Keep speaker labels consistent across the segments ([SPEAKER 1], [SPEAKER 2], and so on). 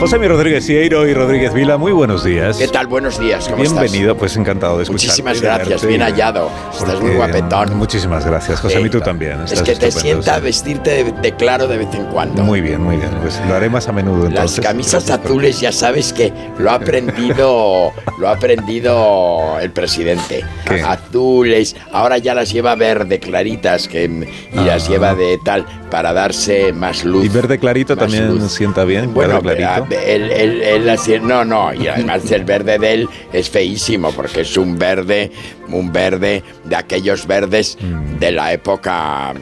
[SPEAKER 1] José Mi Rodríguez Cieiro y Rodríguez Vila, muy buenos días.
[SPEAKER 2] ¿Qué tal? Buenos días, ¿cómo estás?
[SPEAKER 1] Bienvenido, pues encantado de escucharte.
[SPEAKER 2] Muchísimas
[SPEAKER 1] y de
[SPEAKER 2] gracias,
[SPEAKER 1] verte.
[SPEAKER 2] bien hallado. Estás
[SPEAKER 1] Porque-
[SPEAKER 2] muy guapetón.
[SPEAKER 1] Muchísimas gracias, José Mi, tú
[SPEAKER 2] Eh,
[SPEAKER 1] también.
[SPEAKER 2] Es
[SPEAKER 1] estás
[SPEAKER 2] que te
[SPEAKER 1] estupendo,
[SPEAKER 2] sienta
[SPEAKER 1] sí.
[SPEAKER 2] vestirte de, de claro de vez en cuando.
[SPEAKER 1] Muy bien, muy bien. Pues lo haré más a menudo
[SPEAKER 2] Las
[SPEAKER 1] entonces.
[SPEAKER 2] camisas
[SPEAKER 1] Gracias por-
[SPEAKER 2] azules ya sabes que lo ha aprendido lo ha aprendido el presidente.
[SPEAKER 1] ¿Qué?
[SPEAKER 2] Azules, ahora ya las lleva verde claritas que y las
[SPEAKER 1] Ah.
[SPEAKER 2] lleva de tal para darse más luz.
[SPEAKER 1] Y verde clarito
[SPEAKER 2] más
[SPEAKER 1] también
[SPEAKER 2] luz.
[SPEAKER 1] sienta bien.
[SPEAKER 2] Bueno,
[SPEAKER 1] verde clarito.
[SPEAKER 2] pero, ah, él- él- él así- no, no, y además el verde de él es feísimo porque es un verde, un verde de aquellos verdes
[SPEAKER 3] Mm.
[SPEAKER 2] de la época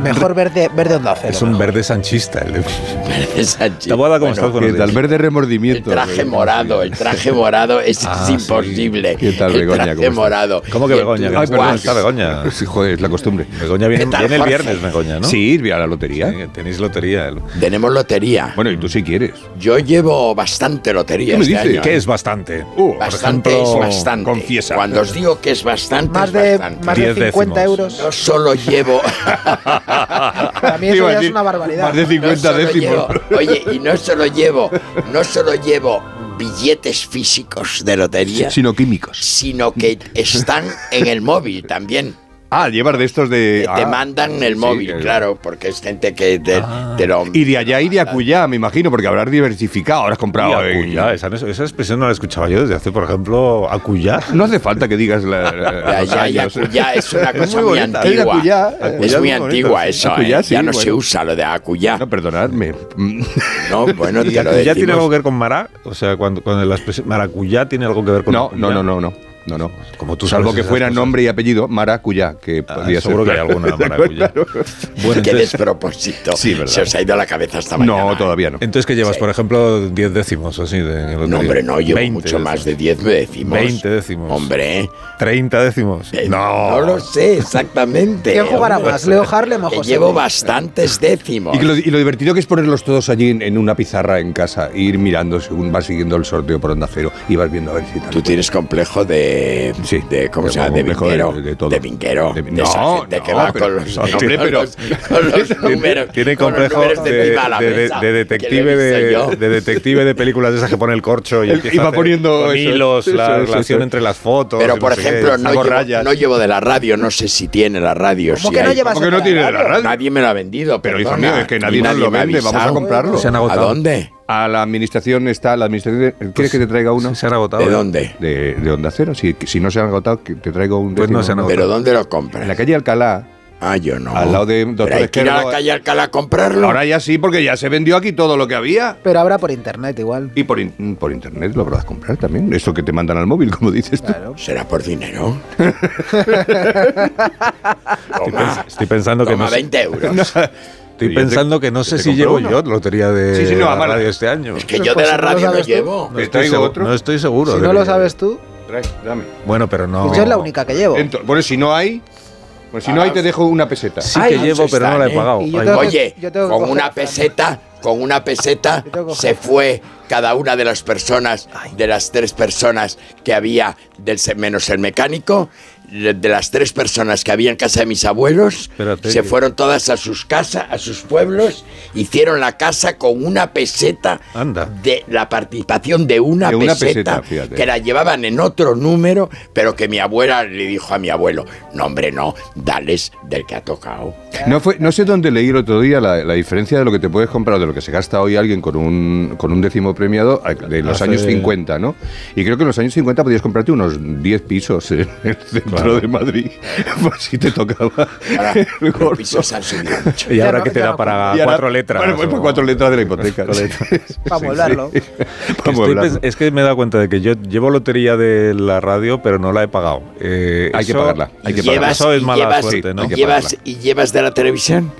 [SPEAKER 4] Mejor verde, verde onda cero.
[SPEAKER 1] Es un
[SPEAKER 4] mejor.
[SPEAKER 1] verde sanchista. el de-
[SPEAKER 2] verde Sánchez.
[SPEAKER 1] Taboada, ¿cómo estás? Buenos
[SPEAKER 3] ¿Qué tal?
[SPEAKER 1] días.
[SPEAKER 3] Verde
[SPEAKER 2] El
[SPEAKER 3] remordimiento.
[SPEAKER 2] traje morado, el traje morado es,
[SPEAKER 1] Ah,
[SPEAKER 2] es
[SPEAKER 1] sí.
[SPEAKER 2] imposible.
[SPEAKER 3] ¿Qué tal,
[SPEAKER 2] el
[SPEAKER 3] Begoña?
[SPEAKER 2] traje
[SPEAKER 3] ¿Cómo estás?
[SPEAKER 2] morado.
[SPEAKER 1] ¿Cómo que
[SPEAKER 2] Y el
[SPEAKER 1] Begoña?
[SPEAKER 3] Ay, perdón,
[SPEAKER 1] Guau.
[SPEAKER 2] turquoise.
[SPEAKER 3] está Begoña. Sí, joder, es la costumbre.
[SPEAKER 1] Begoña viene,
[SPEAKER 2] ¿Qué tal,
[SPEAKER 1] viene el
[SPEAKER 2] Jorge?
[SPEAKER 1] viernes, Begoña, ¿no?
[SPEAKER 3] Sí, vi a la lotería.
[SPEAKER 1] Sí, tenéis lotería.
[SPEAKER 2] Tenemos lotería.
[SPEAKER 3] Bueno, y tú sí quieres.
[SPEAKER 2] Yo llevo bastante lotería
[SPEAKER 3] ¿Qué me
[SPEAKER 2] este
[SPEAKER 3] dices?
[SPEAKER 2] año.
[SPEAKER 1] Que es bastante. Uh, por
[SPEAKER 2] Bastante
[SPEAKER 1] ejemplo,
[SPEAKER 2] es bastante.
[SPEAKER 3] confiesa.
[SPEAKER 2] Cuando os digo que es bastante,
[SPEAKER 4] Más
[SPEAKER 2] es
[SPEAKER 4] de,
[SPEAKER 2] bastante.
[SPEAKER 4] más de
[SPEAKER 1] Diez
[SPEAKER 4] 50
[SPEAKER 1] décimos.
[SPEAKER 4] euros.
[SPEAKER 2] Yo solo llevo.
[SPEAKER 4] Para mí
[SPEAKER 3] Iba
[SPEAKER 4] eso ya
[SPEAKER 3] a
[SPEAKER 4] es
[SPEAKER 3] decir,
[SPEAKER 4] una barbaridad.
[SPEAKER 3] Más de
[SPEAKER 2] no
[SPEAKER 3] 50
[SPEAKER 2] solo
[SPEAKER 3] décimos.
[SPEAKER 2] llevo- oye, y no solo llevo, no solo llevo billetes físicos de lotería,
[SPEAKER 3] Sino químicos.
[SPEAKER 2] sino que están en el móvil también.
[SPEAKER 3] Ah, llevar de estos de.
[SPEAKER 2] Que te
[SPEAKER 3] ah,
[SPEAKER 2] mandan el
[SPEAKER 3] sí,
[SPEAKER 2] móvil,
[SPEAKER 3] que- Ah.
[SPEAKER 2] claro, porque es gente que te, te lo.
[SPEAKER 3] Y de allá y de acullá, me imagino, porque habrás diversificado, habrás comprado.
[SPEAKER 1] Acuya,
[SPEAKER 3] eh,
[SPEAKER 1] esa, no- esa expresión no la escuchaba yo desde hace, por ejemplo, Acuya.
[SPEAKER 3] No hace falta que digas la.
[SPEAKER 2] de allá y acullá es una cosa muy,
[SPEAKER 3] bonita, es de
[SPEAKER 2] antigua.
[SPEAKER 3] acullá, eh,
[SPEAKER 2] es
[SPEAKER 3] acullá es
[SPEAKER 2] muy
[SPEAKER 3] muy bonito,
[SPEAKER 2] antigua
[SPEAKER 3] sí.
[SPEAKER 2] eso. eh.
[SPEAKER 3] Acullá, sí,
[SPEAKER 2] ya no se
[SPEAKER 3] bueno.
[SPEAKER 2] usa lo de acullá.
[SPEAKER 3] No, perdonadme.
[SPEAKER 2] No, bueno,
[SPEAKER 1] ¿Y
[SPEAKER 2] te lo
[SPEAKER 1] acullá tiene
[SPEAKER 2] decimos.
[SPEAKER 1] algo que ver con Mará? O sea, cuando, cuando la expresión maracuyá tiene algo que ver con
[SPEAKER 3] No,
[SPEAKER 1] acuyá?
[SPEAKER 3] no, no, no, no. No, no.
[SPEAKER 1] Como tú
[SPEAKER 3] Salvo
[SPEAKER 1] sabes
[SPEAKER 3] que
[SPEAKER 1] esas
[SPEAKER 3] fuera
[SPEAKER 1] cosas.
[SPEAKER 3] nombre y apellido, Maracuyá, que
[SPEAKER 1] Ah,
[SPEAKER 3] podría ser.
[SPEAKER 1] seguro que hay alguna maracuyá. Bueno,
[SPEAKER 2] Qué
[SPEAKER 1] entonces,
[SPEAKER 2] despropósito.
[SPEAKER 3] Sí, verdad.
[SPEAKER 2] Se os ha ido la cabeza esta mañana. ¿eh?
[SPEAKER 3] No, todavía no.
[SPEAKER 1] entonces que llevas, por ejemplo, 10 décimos así de
[SPEAKER 2] No, hombre, no, llevo
[SPEAKER 1] yo
[SPEAKER 2] mucho más de 10 décimos.
[SPEAKER 1] 20 décimos.
[SPEAKER 2] Hombre.
[SPEAKER 1] 30 décimos.
[SPEAKER 2] eh,
[SPEAKER 1] no.
[SPEAKER 2] lo sé exactamente.
[SPEAKER 4] ¿Quién jugará
[SPEAKER 2] Hombre,
[SPEAKER 1] Pues,
[SPEAKER 4] más? ¿Leo Harlem o
[SPEAKER 2] que
[SPEAKER 4] José?
[SPEAKER 2] llevo
[SPEAKER 4] Luis?
[SPEAKER 2] bastantes décimos.
[SPEAKER 3] Y, que lo, y lo divertido que es ponerlos todos allí en, en una pizarra en casa, e ir mirando según vas siguiendo el sorteo por onda cero y vas viendo a ver si tal.
[SPEAKER 2] Tú tienes complejo de.
[SPEAKER 3] Sí,
[SPEAKER 2] de ¿Cómo se
[SPEAKER 3] tengo
[SPEAKER 2] llama? De
[SPEAKER 3] complejo de-
[SPEAKER 2] vinquero.
[SPEAKER 3] de- de todo.
[SPEAKER 2] vinquero.
[SPEAKER 3] De-
[SPEAKER 2] De esa
[SPEAKER 3] no,
[SPEAKER 2] gente que
[SPEAKER 3] no,
[SPEAKER 2] va
[SPEAKER 3] pero-
[SPEAKER 2] con los,
[SPEAKER 3] hombre,
[SPEAKER 2] con
[SPEAKER 3] pero-
[SPEAKER 2] los- con los números.
[SPEAKER 1] Tiene
[SPEAKER 2] con los
[SPEAKER 1] complejo
[SPEAKER 2] números
[SPEAKER 1] de,
[SPEAKER 2] encima la
[SPEAKER 1] de- de-
[SPEAKER 2] mesa,
[SPEAKER 1] de
[SPEAKER 2] que le he
[SPEAKER 1] detective
[SPEAKER 2] visto yo.
[SPEAKER 1] de, de detective de películas de esas que pone el corcho y,
[SPEAKER 3] El-
[SPEAKER 1] empieza
[SPEAKER 3] y
[SPEAKER 1] a
[SPEAKER 3] va
[SPEAKER 1] hacer
[SPEAKER 3] poniendo
[SPEAKER 1] con
[SPEAKER 3] eso,
[SPEAKER 1] hilos
[SPEAKER 3] eso,
[SPEAKER 1] la
[SPEAKER 3] eso,
[SPEAKER 1] relación
[SPEAKER 3] eso.
[SPEAKER 1] entre las fotos.
[SPEAKER 2] Pero,
[SPEAKER 1] y
[SPEAKER 2] por
[SPEAKER 1] no sé qué.
[SPEAKER 2] ejemplo, no
[SPEAKER 3] hago
[SPEAKER 2] llevo,
[SPEAKER 3] rayas.
[SPEAKER 2] no llevo de la radio. No sé si tiene la radio.
[SPEAKER 4] ¿Cómo
[SPEAKER 2] si
[SPEAKER 4] que no
[SPEAKER 2] hay.
[SPEAKER 4] llevas
[SPEAKER 3] Porque
[SPEAKER 4] otra
[SPEAKER 3] no tiene la
[SPEAKER 4] radio?
[SPEAKER 3] radio.
[SPEAKER 2] Nadie me lo ha vendido.
[SPEAKER 3] Pero, hijo
[SPEAKER 2] perdona,
[SPEAKER 3] mío, es que
[SPEAKER 2] y
[SPEAKER 3] nadie nos lo
[SPEAKER 2] me ha
[SPEAKER 3] vende, vamos a
[SPEAKER 2] avisado.
[SPEAKER 3] comprarlo.
[SPEAKER 1] Se han agotado.
[SPEAKER 2] ¿A dónde?
[SPEAKER 3] A la administración está, la administración. ¿Quieres que te traiga uno?
[SPEAKER 1] Sí, se han agotado.
[SPEAKER 2] ¿De
[SPEAKER 1] ya.
[SPEAKER 2] dónde?
[SPEAKER 3] De, de onda cero. Si, si no se han agotado, que te traigo un.
[SPEAKER 1] Pues no
[SPEAKER 3] décimo.
[SPEAKER 1] se han agotado.
[SPEAKER 2] ¿Pero dónde lo
[SPEAKER 3] En la
[SPEAKER 2] compras?
[SPEAKER 3] calle Alcalá.
[SPEAKER 2] Ah, yo no.
[SPEAKER 3] Al lado de Doctor
[SPEAKER 2] Pero hay que ir a la
[SPEAKER 3] Esquerdo.
[SPEAKER 2] calle Alcalá a comprarlo.
[SPEAKER 3] Ahora ya sí, porque ya se vendió aquí todo lo que había.
[SPEAKER 4] Pero habrá por internet igual.
[SPEAKER 3] Y por, in- por internet lo podrás comprar también. Eso que te mandan al móvil, como dices tú.
[SPEAKER 4] Claro.
[SPEAKER 2] ¿Será por dinero?
[SPEAKER 1] Estoy, pens- estoy pensando que
[SPEAKER 2] Toma
[SPEAKER 1] no, sé-
[SPEAKER 2] 20 euros.
[SPEAKER 1] estoy
[SPEAKER 3] Yo te-
[SPEAKER 1] pensando que no sé
[SPEAKER 3] te
[SPEAKER 1] si
[SPEAKER 3] compro
[SPEAKER 1] llevo
[SPEAKER 3] uno.
[SPEAKER 1] yo lotería de
[SPEAKER 3] Sí, sí, no,
[SPEAKER 1] la
[SPEAKER 3] amala.
[SPEAKER 1] radio este año.
[SPEAKER 2] Es que
[SPEAKER 4] Pues
[SPEAKER 2] yo de la
[SPEAKER 4] si no lo
[SPEAKER 2] radio no
[SPEAKER 4] sabes tú.
[SPEAKER 2] llevo.
[SPEAKER 1] no
[SPEAKER 3] ¿Te
[SPEAKER 1] estoy,
[SPEAKER 3] traigo
[SPEAKER 1] segu-
[SPEAKER 3] otro?
[SPEAKER 1] no estoy seguro.
[SPEAKER 4] Si
[SPEAKER 1] de
[SPEAKER 4] no lo
[SPEAKER 1] que-
[SPEAKER 4] sabes tú,
[SPEAKER 3] Trae, dame.
[SPEAKER 1] Bueno, pero no.
[SPEAKER 4] yo es la única que llevo.
[SPEAKER 3] Ento- bueno, si no hay, bueno, si no hay,
[SPEAKER 2] Ah,
[SPEAKER 3] te dejo una peseta.
[SPEAKER 1] Sí
[SPEAKER 2] Ay,
[SPEAKER 1] que
[SPEAKER 2] no
[SPEAKER 1] llevo,
[SPEAKER 2] se
[SPEAKER 1] pero no la he
[SPEAKER 2] están, ¿eh?
[SPEAKER 1] pagado.
[SPEAKER 4] Y yo
[SPEAKER 1] Ay,
[SPEAKER 4] tengo
[SPEAKER 1] va.
[SPEAKER 4] que-
[SPEAKER 2] Oye,
[SPEAKER 4] yo tengo que
[SPEAKER 2] con
[SPEAKER 4] coger
[SPEAKER 2] una
[SPEAKER 4] la
[SPEAKER 2] peseta, con una peseta
[SPEAKER 4] tengo que
[SPEAKER 2] se
[SPEAKER 4] coger.
[SPEAKER 2] fue cada una de las personas, de las tres personas que había, del, se- menos el mecánico, de de las tres personas que había en casa de mis abuelos,
[SPEAKER 1] Espérate
[SPEAKER 2] se
[SPEAKER 1] que-
[SPEAKER 2] fueron todas a sus casas, a sus pueblos, hicieron la casa con una peseta
[SPEAKER 1] Anda.
[SPEAKER 2] de la participación de una,
[SPEAKER 3] De una
[SPEAKER 2] peseta,
[SPEAKER 3] peseta, fíjate.
[SPEAKER 2] que la llevaban en otro número, pero que mi abuela le dijo a mi abuelo, no hombre, no, dales del que ha tocado.
[SPEAKER 3] No, fue, no sé dónde leí el otro día la, la diferencia de lo que te puedes comprar, de lo que se gasta hoy alguien con un, con un décimo premiado a- de los
[SPEAKER 1] Hace-
[SPEAKER 3] años 50, ¿no? Y creo que en los años 50 podías comprarte unos 10 pisos en el centro
[SPEAKER 1] Claro.
[SPEAKER 3] de Madrid, por si te tocaba.
[SPEAKER 2] Ahora,
[SPEAKER 3] el
[SPEAKER 2] los
[SPEAKER 3] gordo.
[SPEAKER 2] pisos han subido mucho.
[SPEAKER 1] Y ahora
[SPEAKER 4] no-
[SPEAKER 1] que te
[SPEAKER 4] ya
[SPEAKER 1] da
[SPEAKER 4] no
[SPEAKER 1] para
[SPEAKER 3] Y ahora-
[SPEAKER 1] cuatro letras.
[SPEAKER 3] Bueno, pues para
[SPEAKER 1] o-
[SPEAKER 3] cuatro letras de la hipoteca.
[SPEAKER 1] Cuatro letras.
[SPEAKER 4] para volarlo.
[SPEAKER 3] Para
[SPEAKER 1] Estoy
[SPEAKER 3] mueblarlo.
[SPEAKER 1] pens- es que me he dado cuenta de que yo llevo lotería de la radio, pero no la he pagado. Eh,
[SPEAKER 3] Hay que
[SPEAKER 1] eso-
[SPEAKER 3] pagarla, hay que
[SPEAKER 2] Y
[SPEAKER 3] pagarla.
[SPEAKER 2] llevas-
[SPEAKER 1] Eso es
[SPEAKER 2] y
[SPEAKER 1] mala
[SPEAKER 2] llevas-
[SPEAKER 1] suerte, ¿no?
[SPEAKER 2] y
[SPEAKER 3] Hay que
[SPEAKER 2] llevas,
[SPEAKER 3] pagarla.
[SPEAKER 2] ¿Y llevas de la televisión?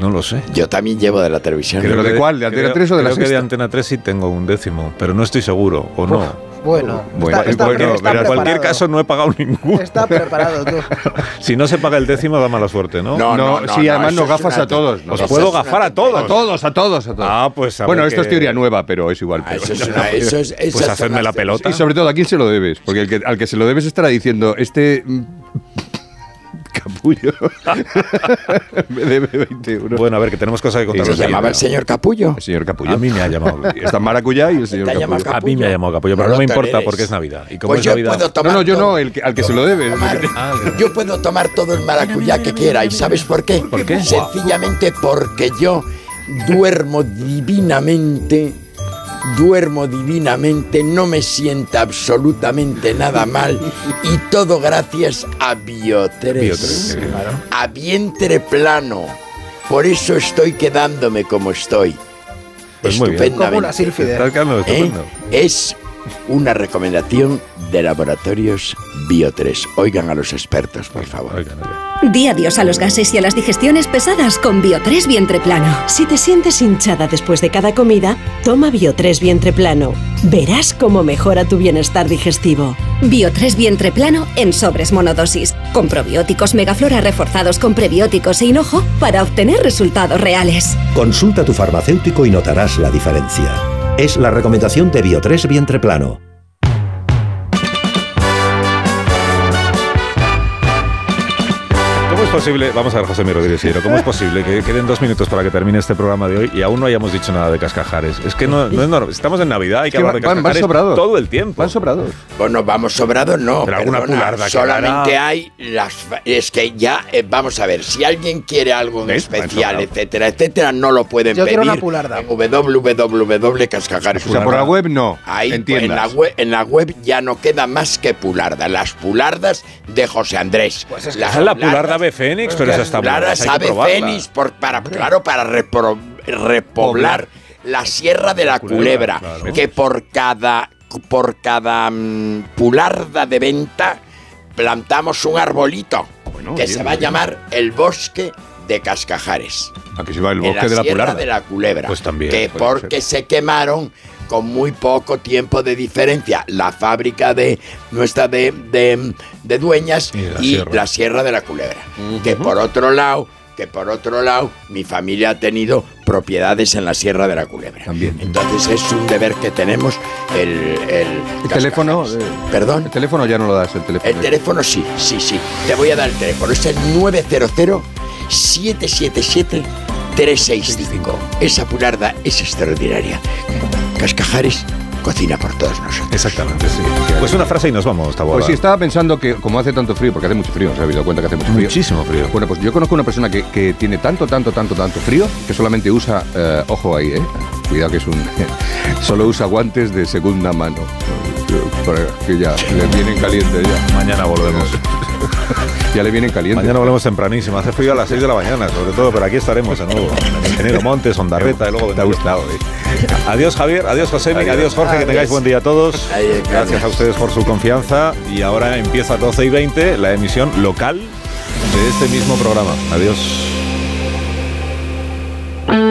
[SPEAKER 1] No lo sé.
[SPEAKER 2] Yo también llevo de la televisión.
[SPEAKER 3] Creo- ¿Pero de
[SPEAKER 1] que
[SPEAKER 3] cuál? ¿De Antena
[SPEAKER 1] creo-
[SPEAKER 3] 3 o de la
[SPEAKER 1] creo que de
[SPEAKER 3] Sexta?
[SPEAKER 1] Antena 3 sí tengo un décimo, pero no estoy seguro, o no.
[SPEAKER 4] Bueno,
[SPEAKER 3] Bueno,
[SPEAKER 4] está, está-
[SPEAKER 3] bueno,
[SPEAKER 4] está
[SPEAKER 3] pero
[SPEAKER 1] en
[SPEAKER 3] en
[SPEAKER 4] preparado.
[SPEAKER 1] cualquier caso no he pagado ninguno.
[SPEAKER 4] Está preparado tú.
[SPEAKER 1] Si no se paga el décimo da mala suerte, ¿no?
[SPEAKER 2] No, no,
[SPEAKER 3] No,
[SPEAKER 2] no,
[SPEAKER 3] sí,
[SPEAKER 2] no,
[SPEAKER 3] además
[SPEAKER 2] eso
[SPEAKER 3] nos
[SPEAKER 2] es
[SPEAKER 3] gafas
[SPEAKER 2] una-
[SPEAKER 3] a todos. nos
[SPEAKER 1] Os
[SPEAKER 3] gafas.
[SPEAKER 1] puedo
[SPEAKER 2] es una
[SPEAKER 1] gafar a todos.
[SPEAKER 3] A todos, a todos, a todos.
[SPEAKER 1] Ah, pues a
[SPEAKER 3] bueno,
[SPEAKER 1] ver
[SPEAKER 3] esto es
[SPEAKER 1] que-
[SPEAKER 3] teoría nueva, pero es igual.
[SPEAKER 2] Ah,
[SPEAKER 3] pero-
[SPEAKER 2] eso es una- eso es- esas
[SPEAKER 1] Pues
[SPEAKER 2] son
[SPEAKER 1] hacedme
[SPEAKER 2] las
[SPEAKER 1] la pelota.
[SPEAKER 3] Y sobre todo, ¿a quién se lo debes? Porque el que- al que se lo debes estará diciendo, este... mm, capullo. Me debe 20 euros.
[SPEAKER 1] Bueno, a ver, que tenemos cosas que contar.
[SPEAKER 2] ¿Se
[SPEAKER 3] Pero
[SPEAKER 2] llamaba el señor Capullo?
[SPEAKER 3] El señor capullo.
[SPEAKER 1] A mí me ha llamado.
[SPEAKER 3] Está Maracuyá y el señor
[SPEAKER 2] Te ha
[SPEAKER 3] capullo.
[SPEAKER 2] llamado
[SPEAKER 1] A mí me ha llamado capullo, pero
[SPEAKER 2] No
[SPEAKER 1] no,
[SPEAKER 2] lo
[SPEAKER 1] me importa
[SPEAKER 2] toleres.
[SPEAKER 1] porque es Navidad. Y como
[SPEAKER 2] Pues
[SPEAKER 1] es
[SPEAKER 2] yo
[SPEAKER 1] Navidad.
[SPEAKER 2] puedo tomar
[SPEAKER 3] No, no, yo
[SPEAKER 2] todo.
[SPEAKER 3] no, el que- al que se lo debe.
[SPEAKER 2] Yo puedo tomar todo el maracuyá que quiera y ¿sabes por qué?
[SPEAKER 1] ¿Por qué?
[SPEAKER 2] Sencillamente porque yo duermo divinamente, duermo divinamente, no me sienta absolutamente nada mal y todo gracias a Biotres,
[SPEAKER 1] Biotres, claro.
[SPEAKER 2] a vientre plano. Por eso estoy quedándome como estoy.
[SPEAKER 1] Pues muy bien.
[SPEAKER 4] Como
[SPEAKER 2] Estupendamente.
[SPEAKER 4] una
[SPEAKER 1] Estás
[SPEAKER 4] sílfide.
[SPEAKER 1] quedando estupendo.
[SPEAKER 2] ¿Eh? Es una recomendación de laboratorios Bio3. Oigan a los expertos, por favor.
[SPEAKER 1] Oigan, oigan.
[SPEAKER 5] Di adiós a los gases y a las digestiones pesadas con Bio3 Vientre Plano.
[SPEAKER 6] Si te sientes hinchada después de cada comida, toma Bio3 Vientre Plano. Verás cómo mejora tu bienestar digestivo.
[SPEAKER 5] Bio3 Vientre Plano en sobres monodosis, con probióticos megaflora reforzados con prebióticos e hinojo para obtener resultados reales.
[SPEAKER 7] Consulta a tu farmacéutico y notarás la diferencia. Es la recomendación de Bio3 Vientre Plano.
[SPEAKER 1] ¿Cómo es posible? Vamos a ver, José Mi Rodríguez Higuero, ¿cómo es posible que queden dos minutos para que termine este programa de hoy y aún no hayamos dicho nada de cascajares? Es que no, no es normal. Estamos en Navidad, hay que
[SPEAKER 3] Es que
[SPEAKER 1] hablar de
[SPEAKER 3] van- van
[SPEAKER 1] cascajares
[SPEAKER 3] sobrados.
[SPEAKER 1] todo el tiempo.
[SPEAKER 3] Van sobrados.
[SPEAKER 2] Bueno, vamos sobrado, no.
[SPEAKER 1] Pero alguna
[SPEAKER 2] perdona.
[SPEAKER 1] pularda que
[SPEAKER 2] Solamente
[SPEAKER 1] dará.
[SPEAKER 2] hay las. fa- Es que ya, eh, vamos a ver, si alguien quiere algo en
[SPEAKER 1] ¿Ves?
[SPEAKER 2] especial,
[SPEAKER 1] Bueno,
[SPEAKER 2] etcétera, etcétera, no lo pueden
[SPEAKER 4] Yo
[SPEAKER 2] pedir.
[SPEAKER 4] quiero una pularda.
[SPEAKER 2] En www.cascagares.
[SPEAKER 3] O sea, por la web no.
[SPEAKER 2] Ahí en
[SPEAKER 3] Entiendas.
[SPEAKER 2] la, web, en la web ya no queda más que pularda. Las pulardas de José Andrés.
[SPEAKER 4] Pues es que
[SPEAKER 1] Esa es la pularda ave Fénix, pero esa está buena.
[SPEAKER 2] Lara
[SPEAKER 1] esa hay que
[SPEAKER 2] sabe
[SPEAKER 1] probarla.
[SPEAKER 2] Fénix por- para, claro, para repro- repoblar la Sierra de la Culebra,
[SPEAKER 1] Culebra, claro.
[SPEAKER 2] que por cada, por cada mm, pularda de venta plantamos un arbolito
[SPEAKER 3] Bueno,
[SPEAKER 2] que
[SPEAKER 3] bien,
[SPEAKER 2] se va a
[SPEAKER 3] bien.
[SPEAKER 2] llamar el bosque de Cascajares,
[SPEAKER 3] A que se va el
[SPEAKER 2] en
[SPEAKER 3] bosque
[SPEAKER 2] la
[SPEAKER 3] de la
[SPEAKER 2] Sierra
[SPEAKER 3] pularda.
[SPEAKER 2] de la Culebra,
[SPEAKER 1] Pues también,
[SPEAKER 2] que
[SPEAKER 3] puede
[SPEAKER 2] porque se quemaron con muy poco tiempo de diferencia la fábrica de nuestra de, de, de dueñas
[SPEAKER 1] Y la
[SPEAKER 2] y
[SPEAKER 1] sierra.
[SPEAKER 2] la Sierra de la Culebra. Que por otro lado, que por otro lado, mi familia ha tenido propiedades en la Sierra de la Culebra.
[SPEAKER 3] También.
[SPEAKER 2] Entonces es un deber que tenemos el... el
[SPEAKER 3] El teléfono,
[SPEAKER 2] Cascajares.
[SPEAKER 3] eh,
[SPEAKER 2] Perdón.
[SPEAKER 3] El teléfono ya no lo das, el teléfono.
[SPEAKER 2] El teléfono sí, sí, sí. Te voy a dar el teléfono. Es el 900-777-365. Esa pularda es extraordinaria. Cascajares cocina por todos nosotros.
[SPEAKER 1] Exactamente, sí. Pues una frase y nos vamos, Taboada.
[SPEAKER 3] Pues sí, estaba pensando que como hace tanto frío, porque hace mucho frío, se ha habido cuenta que hace mucho frío.
[SPEAKER 1] Muchísimo frío.
[SPEAKER 3] Bueno, pues yo conozco una persona que, que tiene tanto, tanto, tanto, tanto frío que solamente usa, eh, ojo ahí, eh, cuidado que es un, solo usa guantes de segunda mano, para que ya le vienen caliente ya,
[SPEAKER 1] Mañana volvemos.
[SPEAKER 3] ya le vienen caliente.
[SPEAKER 1] Mañana volvemos tempranísimo. Hace frío a las 6 de la mañana, sobre todo, pero aquí estaremos de nuevo. Ingeniero Montes, Ondarreta y luego
[SPEAKER 3] te
[SPEAKER 1] vendrá.
[SPEAKER 3] ha gustado, eh.
[SPEAKER 1] Adiós Javier, adiós José, adiós,
[SPEAKER 3] Adiós.
[SPEAKER 1] Jorge, que tengáis buen día a todos.
[SPEAKER 2] Adiós, Carlos.
[SPEAKER 1] Gracias a ustedes por su confianza y ahora empieza a 12 y 20 la emisión local de este mismo programa. Adiós.